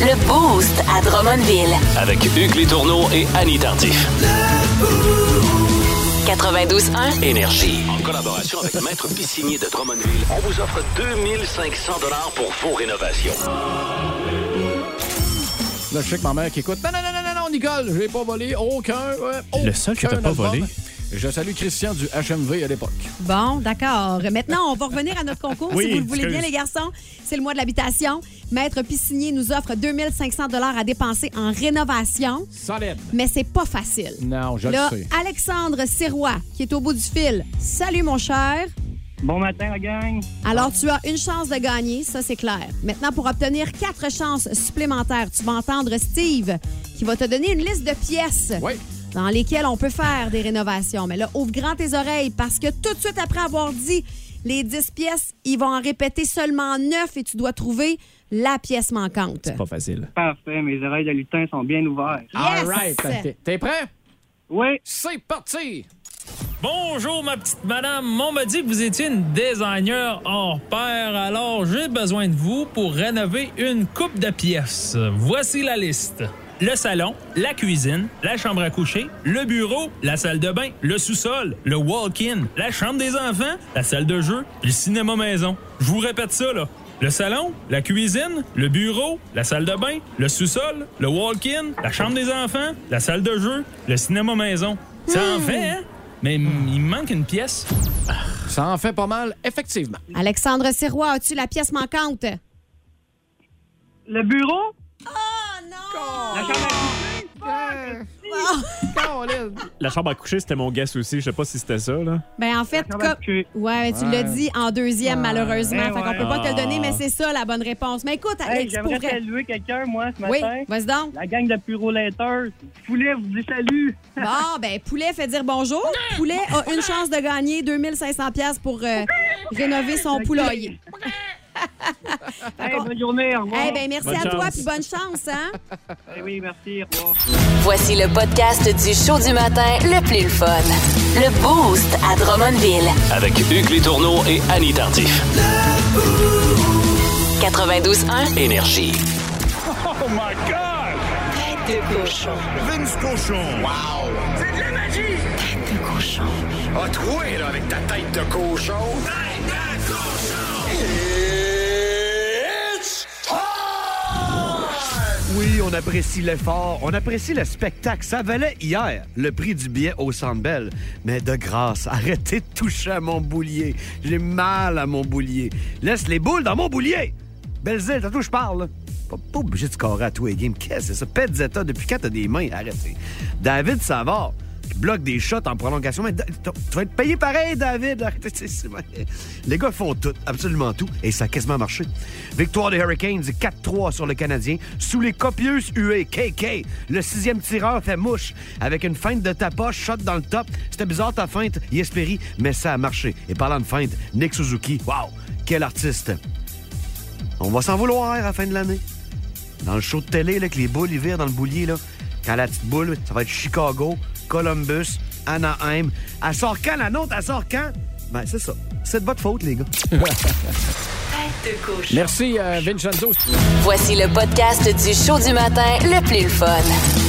Le Boost à Drummondville. Avec Hugues Létourneau et Annie Tardif. 92.1. Énergie. En collaboration avec Maître Piscinier de Drummondville, on vous offre 2500 pour vos rénovations. Là, je sais que ma mère qui écoute. Non, non, non, non, non, non, Nicole, j'ai pas volé aucun. euh, Le seul que aucun t'as pas album. volé. Je salue Christian du HMV à l'époque. Bon, d'accord. Maintenant, on va revenir à (laughs) notre concours, Oui, si vous le voulez bien, excuse. les garçons. C'est le mois de l'habitation. Maître Piscinier nous offre 2500 à dépenser en rénovation, Solide. mais c'est pas facile. Non, Mm, je le Là, sais. Alexandre Sirois, qui est au bout du fil. Salut, mon cher. Bon matin, la gang. Alors, tu as une chance de gagner, ça c'est clair. Maintenant, pour obtenir quatre chances supplémentaires, tu vas entendre Steve qui va te donner une liste de pièces Oui. dans lesquelles on peut faire des rénovations. Mais là, ouvre grand tes oreilles parce que tout de suite après avoir dit les 10 pièces, ils vont en répéter seulement 9 et tu dois trouver la pièce manquante. Pas facile. Parfait, mes oreilles de lutin sont bien ouvertes. All right. Ben, T'es- T'es prêt? Oui, C'est parti! Bonjour, ma petite madame. On m'a dit que vous étiez une designer hors pair, alors j'ai besoin de vous pour rénover une coupe de pièces. Voici la liste. Le salon, la cuisine, la chambre à coucher, le bureau, la salle de bain, le sous-sol, le walk-in, la chambre des enfants, la salle de jeu, le cinéma maison. Je vous répète ça, là. Le salon, la cuisine, le bureau, la salle de bain, le sous-sol, le walk-in, la chambre des enfants, la salle de jeu, le cinéma maison. Ça en fait, hein? Mais m- il me manque une pièce. Ça en fait pas mal, effectivement. Alexandre Sirois, as-tu la pièce manquante? le bureau, Oh non! la chambre à coucher. La chambre à coucher, c'était mon guess aussi. Je sais pas si c'était ça, là. Ben en fait, La chambre à comme... coucher. Ouais, mais tu l'as dit en deuxième, malheureusement. Ouais, fait qu'on ouais. peut pas te le donner, Ah. mais c'est ça la bonne réponse. Mais écoute, Hey, Alex, pour j'aimerais vrai- saluer quelqu'un, moi, ce Oui, matin. vas-y donc. La gang de Purolateurs. Poulet, vous dit salut. Bon, ben, Poulet fait dire bonjour. Poulet a une chance de gagner 2500 pièces pour euh, rénover son poulailler. Hey, bonne journée, au Eh revoir. ben, merci Bonne à toi, chance. puis bonne chance, hein? Eh oui, merci, au revoir. Voici le podcast du show du matin le plus le fun. Le Boost à Drummondville. Avec Hugues Létourneau et Annie Tardif. 92.1. Énergie. Ah, troué, là, avec ta tête de cochon. Tête de cochon! It's Oui, on apprécie l'effort, on apprécie le spectacle. Ça valait hier le prix du billet au Centre Bell. Mais de grâce, (laughs) arrêtez de toucher à mon boulier. J'ai mal à mon boulier. Laisse les boules dans mon boulier. Belzile, t'as tout je parle. là. Pas, pas obligé de scorer à tous les games. Qu'est-ce que c'est ça? Pet Zeta, depuis quand t'as des mains? Arrêtez. David Savard, qui bloque des shots en prolongation. Mais da- t'as- tu vas être payé pareil, David. Arrêtez, (laughs) c'est- c'est- Les gars font tout, absolument tout, et ça a quasiment marché. Victoire des Hurricanes, 4-3 sur le Canadien, sous les copieuses huées. KK, le sixième tireur fait mouche, avec une feinte de tapoche, shot dans le top. C'était bizarre ta feinte, y espérit, mais ça a marché. Et parlant de feinte, Nick Suzuki, wow, quel artiste. On va s'en vouloir à la fin de l'année. Dans le show de télé, là, que les boules, ils virent dans le boulier, là, quand la petite boule, ça va être Chicago, Columbus, Anaheim. Elle sort quand, la nôtre? Elle sort quand? Ben, c'est ça. C'est de votre faute, les gars. Merci, euh, Vincenzo. Voici le podcast du show du matin le plus le fun.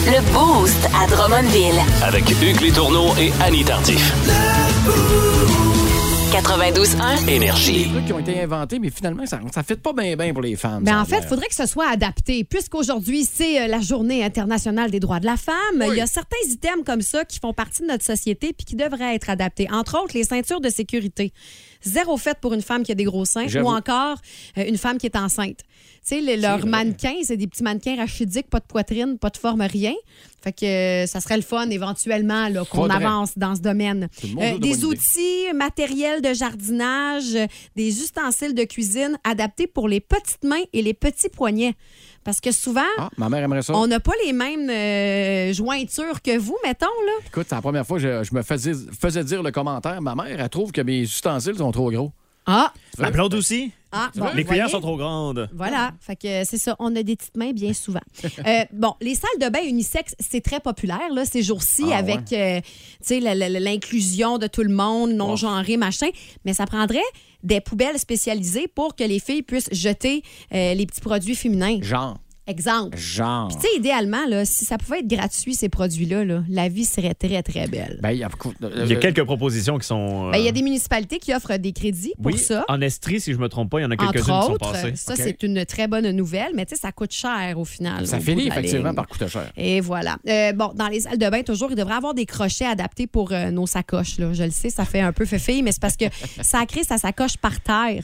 Le Boost à Drummondville. Avec Hugues Létourneau et Annie Tardif. 92.1. Des trucs qui ont été inventés, mais finalement, ça ne fit pas bien bien pour les femmes. Mais ça Ben, en a fait, l'air. il faudrait que ce soit adapté. Puisqu'aujourd'hui, c'est euh, la Journée internationale des droits de la femme, il y a certains items comme ça qui font partie de notre société puis qui devraient être adaptés. Entre autres, les ceintures de sécurité. Zéro fait pour une femme qui a des gros seins J'avoue. ou encore euh, une femme qui est enceinte. Tu sais, les- leurs mannequins, c'est des petits mannequins rachidiques, pas de poitrine, pas de forme, rien. Fait que euh, ça serait le fun éventuellement là, qu'on Faudrait. avance dans ce domaine. Tout le monde a de euh, des bonnes idées. outils outils, matériel de jardinage, euh, des ustensiles de cuisine adaptés pour les petites mains et les petits poignets. Parce que souvent, Ah, ma mère aimerait ça. on n'a pas les mêmes euh, jointures que vous, mettons. Là. Écoute, c'est la première fois que je, je me faisais, faisais dire le commentaire. Ma mère, elle trouve que mes ustensiles sont trop gros. Ah! Ma blonde aussi? Ah, bon, Les vous cuillères voyez? sont trop grandes. Voilà, fait que euh, c'est ça, on a des petites mains bien (laughs) souvent. Euh, bon, les salles de bain unisexes, c'est très populaire là, ces jours-ci Ah, avec euh, tu sais, la- la- la- l'inclusion de tout le monde, Oh. non-genré, machin, mais ça prendrait des poubelles spécialisées pour que les filles puissent jeter euh, les petits produits féminins. Genre. Exemple. Genre. Puis tu sais, idéalement, là, si ça pouvait être gratuit, ces produits-là, là, la vie serait très, très belle. Ben, il y a, Il y a quelques propositions qui sont. Ben, euh, Il y a des municipalités qui offrent des crédits pour oui, ça. En Estrie, si je me trompe pas, il y en a Entre quelques-unes qui sont autres, passées. ça, OK. c'est une très bonne nouvelle, mais tu sais, ça coûte cher au final. Ça au bout finit de la effectivement ligne. par coûter cher. Et voilà. Euh, bon, dans les salles de bain, toujours, il devrait avoir des crochets adaptés pour euh, nos sacoches. là. Je le sais, ça fait un peu fille, mais c'est parce que ça crée sa sacoche par terre.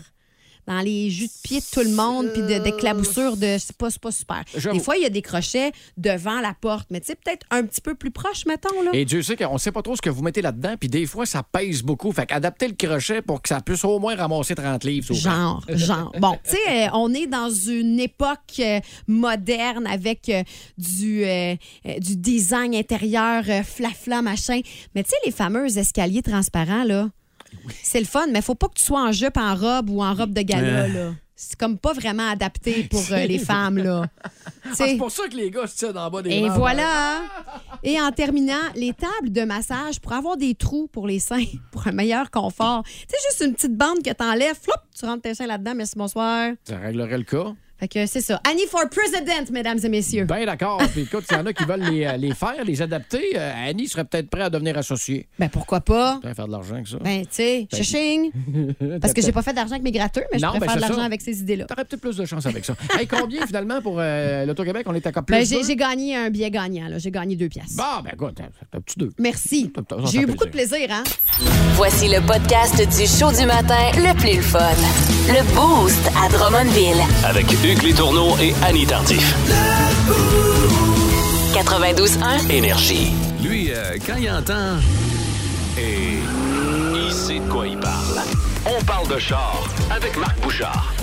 Dans les jus de pied de tout le monde, puis de, de claboussures de. C'est pas, c'est pas super. J'avoue. Des fois, il y a des crochets devant la porte, mais tu sais, peut-être un petit peu plus proche, mettons. Là. Et Dieu sait qu'on ne sait pas trop ce que vous mettez là-dedans, puis des fois, ça pèse beaucoup. Fait qu'adapter le crochet pour que ça puisse au moins ramasser 30 livres. souvent. Genre, genre. Bon, tu sais, euh, on est dans une époque euh, moderne avec euh, du, euh, euh, du design intérieur euh, flafla, machin. Mais tu sais, les fameux escaliers transparents, là, c'est le fun, mais faut pas que tu sois en jupe, en robe ou en robe de gala, Euh. là. C'est comme pas vraiment adapté pour euh, les femmes, là. Ah, Tu sais. c'est pour ça que les gars se tirent dans le bas des Et marches. voilà. Et en terminant, les tables de massage pour avoir des trous pour les seins, (laughs) pour un meilleur confort. C'est juste une petite bande que t'enlèves, flop, tu rentres tes seins là-dedans, merci, bonsoir. Ça réglerait le cas. Fait que c'est ça. Annie for President, mesdames et messieurs. Ben d'accord. Puis écoute, s'il y en a qui veulent les, euh, les faire, les adapter, euh, Annie serait peut-être prête à devenir associée. Ben pourquoi pas? Putain, faire de l'argent avec ça. Ben, tu sais, Ben, chiching. Ben, Parce que j'ai pas fait d'argent avec mes gratteurs, mais Non, ben, je préfère faire c'est de l'argent ça. avec ces idées-là. T'aurais peut-être plus de chance avec ça. Hey, combien finalement pour euh, l'Auto-Québec? On est à quoi, plus Ben, j'ai deux? j'ai gagné un billet gagnant, là. J'ai gagné deux pièces. Ah, ben écoute, un petit deux. Merci. ça J'ai fait eu beaucoup de plaisir, hein? Voici le podcast du show du matin le plus le fun. Le Boost à Drummondville. Avec Hugues Létourneau et Annie Tardif. 92.1. Énergie. Lui, euh, quand il entend. Et. Il sait de quoi il parle. On parle de char avec Marc Bouchard.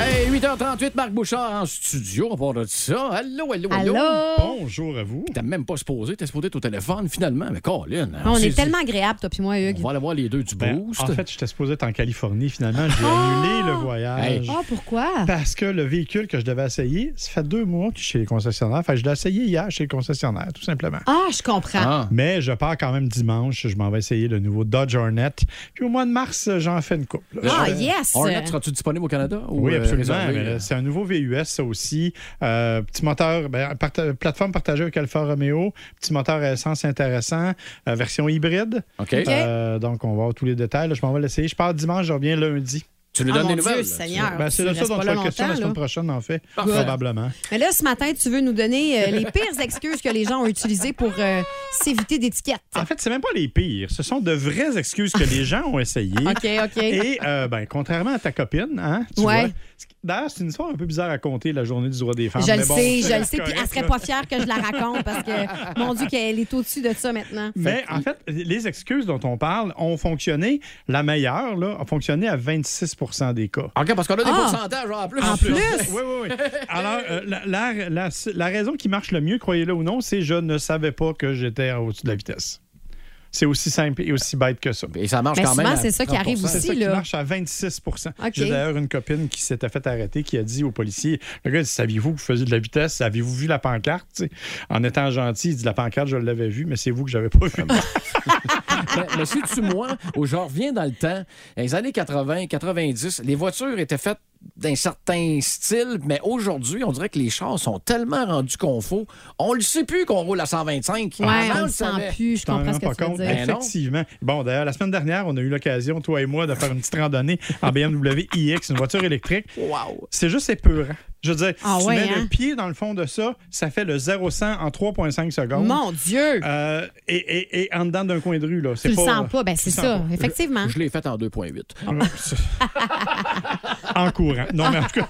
Hey, 8h38, Marc Bouchard en studio, on parle de ça. Allô, allô, allô. Allô? Bonjour à vous. T'as même pas supposé, t'es supposé être au téléphone finalement, mais Colin. Ah, On s'est est dit, tellement agréables, toi puis moi, Hugues. On va aller voir les deux du Ben, boost. en fait, j'étais supposé être en Californie. Finalement, j'ai Ah! annulé le voyage. Oh, pourquoi? Parce que le véhicule que je devais essayer, ça fait deux mois que je suis chez les concessionnaires. Fait que je l'ai essayé hier chez le concessionnaire, tout simplement. Ah, je comprends. Mais je pars quand même dimanche. Je m'en vais essayer le nouveau Dodge Hornet. Puis au mois de mars, j'en fais une couple. Ah, Je vais- yes! Hornet, seras-tu disponible au Canada? ou, oui, euh, absolument. réservé, mais là? C'est un nouveau VUS, ça aussi. Euh, petit moteur, ben, parta- plateforme partagée avec Alfa Romeo. Petit moteur à essence intéressant. euh, version hybride. OK. Euh, donc, on va avoir tous les détails. là. je m'en vais l'essayer. Je pars dimanche, je reviens lundi. Tu nous Ah, donnes mon des Dieu, nouvelles, là. Seigneur, Ben, c'est tu de restes ça dont pas je là vais question la longtemps, semaine là. prochaine, en fait. Parfait. Probablement. Mais là, ce matin, tu veux nous donner euh, (laughs) les pires excuses que les gens ont utilisées pour euh, s'éviter d'étiquette. En fait, c'est même pas les pires. Ce sont de vraies excuses que les gens ont essayées. OK, OK. Et, euh, ben, contrairement à ta copine, hein, tu Ouais. vois. ce qui- D'ailleurs, c'est une histoire un peu bizarre à compter, la journée du droit des femmes. je Ah, mais le bon, sais, je c'est le (laughs) sais, puis elle correct, serait là. pas fière que je la raconte parce (laughs) que, mon Dieu, qu'elle est au-dessus de ça maintenant. Mais en fait, les excuses dont on parle ont fonctionné. La meilleure, là, a fonctionné à 26 des cas. OK, parce qu'on a des Ah! pourcentages en plus. En plus? Oui, oui, oui. Alors, euh, la, la- la- la raison qui marche le mieux, croyez-le ou non, c'est je ne savais pas que j'étais au-dessus de la vitesse. C'est aussi simple et aussi bête que ça. Et ça marche Mais quand même Ben, souvent, à c'est ça qui arrive 30%. aussi, C'est ça qui là. marche à 26 OK. J'ai d'ailleurs une copine qui s'était fait arrêter qui a dit au policier Le gars, il dit, saviez-vous que vous faisiez de la vitesse Avez-vous vu la pancarte Tu sais, En étant gentil, il dit La pancarte, je l'avais vue, mais c'est vous que j'avais pas vu. mais, mais (laughs) si tu moi, où je reviens dans le temps, dans les années 80, 90, les voitures étaient faites d'un certain style, mais aujourd'hui, on dirait que les chars sont tellement rendus confos, on le sait plus qu'on roule à 125. Ouais, Avant, on le le sent savait. plus, Ah, je t'en comprends ce rends que pas hein. tu veux compte. dire. Ben non. Effectivement. Bon, d'ailleurs, la semaine dernière, on a eu l'occasion, toi et moi, de faire une petite randonnée en BMW iX, une voiture électrique. Wow! C'est juste épeurant. Je veux dire, Ah tu ouais, mets hein? le pied dans le fond de ça, ça fait le 0-100 en 3,5 secondes. Mon Dieu! Euh, et, et- et en dedans d'un coin de rue, là. Tu C'est le pas- sens pas, ben tu c'est le sens ça, pas. hein. effectivement. Je l'ai fait en 2.8. (laughs) en courant. Non, mais en tout cas.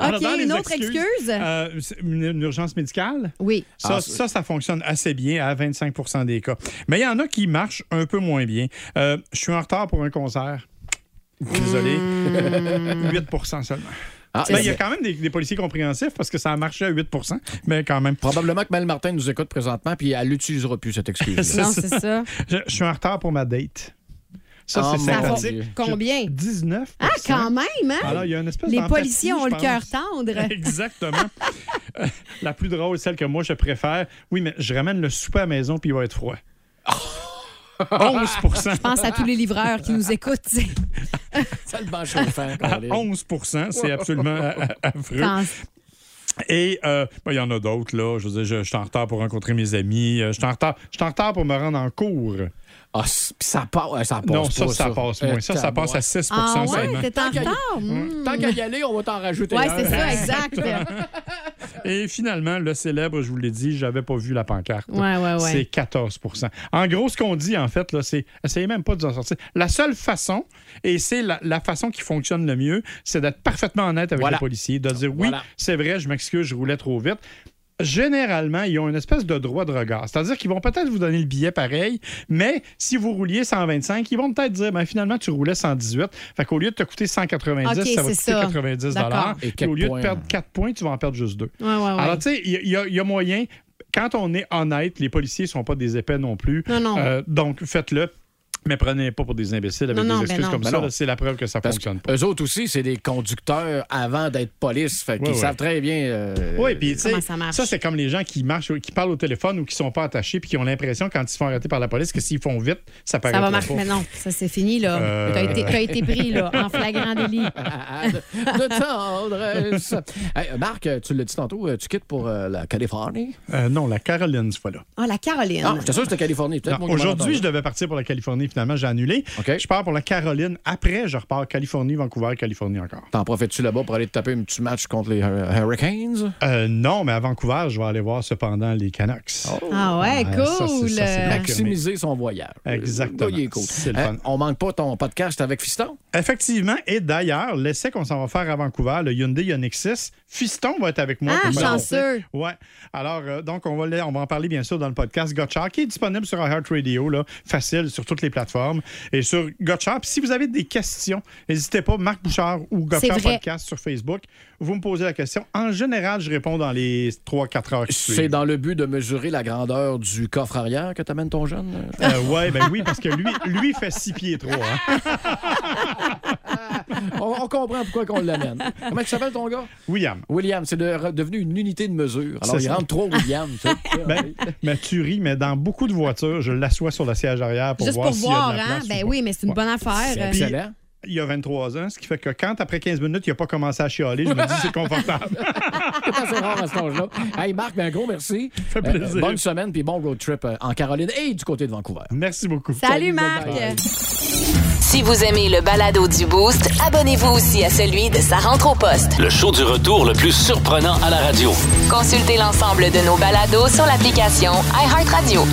Alors, dans les une autre excuse? euh, c'est une, une urgence médicale? Oui. Ça, Ah, c'est- ça, ça fonctionne assez bien à 25 des cas. Mais il y en a qui marchent un peu moins bien. Euh, je suis en retard pour un concert. Désolé. 8 seulement. Mmh. Ah, Ben, c'est il y a vrai. quand même des, des policiers compréhensifs parce que ça a marché à 8 mais quand même. Probablement que Mel Martin nous écoute présentement, puis elle l'utilisera plus, cette (laughs) excuse. Non, c'est ça. Je, je suis en retard pour ma date. Ça, Ah, c'est mon sympathique. Dieu. Combien? 19 Ah, quand même, hein? Alors, il y a une espèce Les d'empathie, policiers ont je le pense. cœur (laughs) tendre. Exactement. Euh, la plus drôle, celle que moi je préfère. Oui, mais je ramène le souper à la maison puis il va être froid. 11 Je pense à tous les livreurs qui nous écoutent. t'sais. Ça le banc chauffant. À Colin. 11 c'est absolument a- a- affreux. Pense- Et euh, ben, il y en a d'autres, là. Je veux dire, je, je suis en retard pour rencontrer mes amis. Euh, Je suis en retard, je suis en retard pour me rendre en cours. Ah, c- pis ça, part- euh, ça passe non, ça, pas, ça passe moins. Euh, Ça, ça passe à 6 Ah seulement. ouais, t'es en Tant qu'à y- retard? hmm. Tant qu'à y aller, on va t'en rajouter Ouais, un. c'est ça, exact. (laughs) ouais, Et finalement, le célèbre, je vous l'ai dit, j'avais pas vu la pancarte. ouais, C'est ouais. 14 En gros, ce qu'on dit, en fait, là, c'est essayez même pas de vous en sortir. La seule façon, et c'est la, la façon qui fonctionne le mieux, c'est d'être parfaitement honnête avec Voilà. le policier, de dire oui, Voilà. c'est vrai, je m'excuse, je roulais trop vite. Généralement, ils ont une espèce de droit de regard. C'est-à-dire qu'ils vont peut-être vous donner le billet pareil, mais si vous rouliez 125, ils vont peut-être dire ben, finalement, tu roulais 118. Fait qu'au lieu de te coûter 190, Ok, ça va te c'est ça. coûter 90 D'accord. Et Puis au quatre lieu points. de perdre 4 points, tu vas en perdre juste 2. Ouais, ouais, ouais. Alors, tu sais, il y a- il y, a- il y a moyen. Quand on est honnête, les policiers ne sont pas des épais non plus. Non, non. Euh, donc, faites-le. Mais prenez pas pour des imbéciles avec Non, non, des ben excuses non. comme Ben ça. non. là, C'est la preuve que ça Parce fonctionne pas. qu'eux autres aussi, c'est des conducteurs avant d'être police. Fait qu'ils Ouais, ouais. savent très bien. euh, Oui, puis tu sais, Comment ça marche? ça, c'est comme les gens qui marchent, qui parlent au téléphone ou qui sont pas attachés puis qui ont l'impression, quand ils se font arrêter par la police, que s'ils font vite, ça paraît Ça va pas. marcher. Mais non, ça, c'est fini, là. Euh. T'as été, t'as été pris, là, en flagrant délit. (laughs) de tendresse. Hey, Marc, tu l'as dit tantôt, euh, tu quittes pour euh, la Californie. Euh, non, la Caroline, ce fois-là. Oh, la Caroline. Ah, Non, j'étais sûr que c'était Californie. Peut-être Non, moi qui m'en Aujourd'hui, entends. je devais partir pour la Californie. Finalement, j'ai annulé. OK. Je pars pour la Caroline. Après, je repars Californie, Vancouver, Californie encore. T'en profites-tu là-bas pour aller te taper un petit match contre les Hur- Hurricanes? Euh, non, mais à Vancouver, je vais aller voir cependant les Canucks. Oh. Ah ouais, Ah, ça, c'est- cool. ça, c'est la- Maximiser son voyage. Exactement. Euh, il est cool. C'est le Euh, fun. on manque pas ton podcast avec Fiston? Effectivement. Et d'ailleurs, l'essai qu'on s'en va faire à Vancouver, le Hyundai Ioniq 6, Fiston va être avec moi. Ah, pour faire chanceux. l'essai. Ouais. Alors, euh, donc, on va, le- on va en parler, bien sûr, dans le podcast Gotcha, qui est disponible sur iHeartRadio, là, facile, sur toutes les plateformes. Et sur Gotcha. Puis si vous avez des questions, n'hésitez pas, Marc Bouchard ou C'est Gotcha vrai. Podcast sur Facebook, vous me posez la question. En général, je réponds dans les 3-4 heures qui C'est suivent. dans le but de mesurer la grandeur du coffre arrière que t'amènes ton jeune? Euh, ouais, ben oui, parce que lui, lui fait 6 pieds hein. 3. on, on comprend pourquoi qu'on l'amène. Comment tu s'appelle ton gars? William. William, c'est de- devenu une unité de mesure. Alors, C'est il ça. rentre trop William. tu sais. (laughs) Ben, mais tu ris, mais dans beaucoup de voitures, je l'assois sur le siège arrière pour Juste voir pour s'il y a voir, de la hein? place ou Ben pas. oui, mais c'est une Ouais. bonne c'est affaire. Puis- excellent. Il y a 23 ans, ce qui fait que quand, après 15 minutes, il n'a pas commencé à chialer, je me dis c'est confortable. C'est (laughs) assez rare à cet âge-là. Hey, Marc, ben, un gros merci. fait plaisir. bonne semaine, puis bon road trip euh, en Caroline et du côté de Vancouver. Merci beaucoup. Salut, Marc. Si vous aimez le balado du Boost, abonnez-vous aussi à celui de sa rentre au poste. Le show du retour le plus surprenant à la radio. Consultez l'ensemble de nos balados sur l'application iHeartRadio.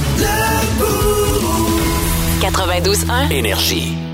92.1 Énergie.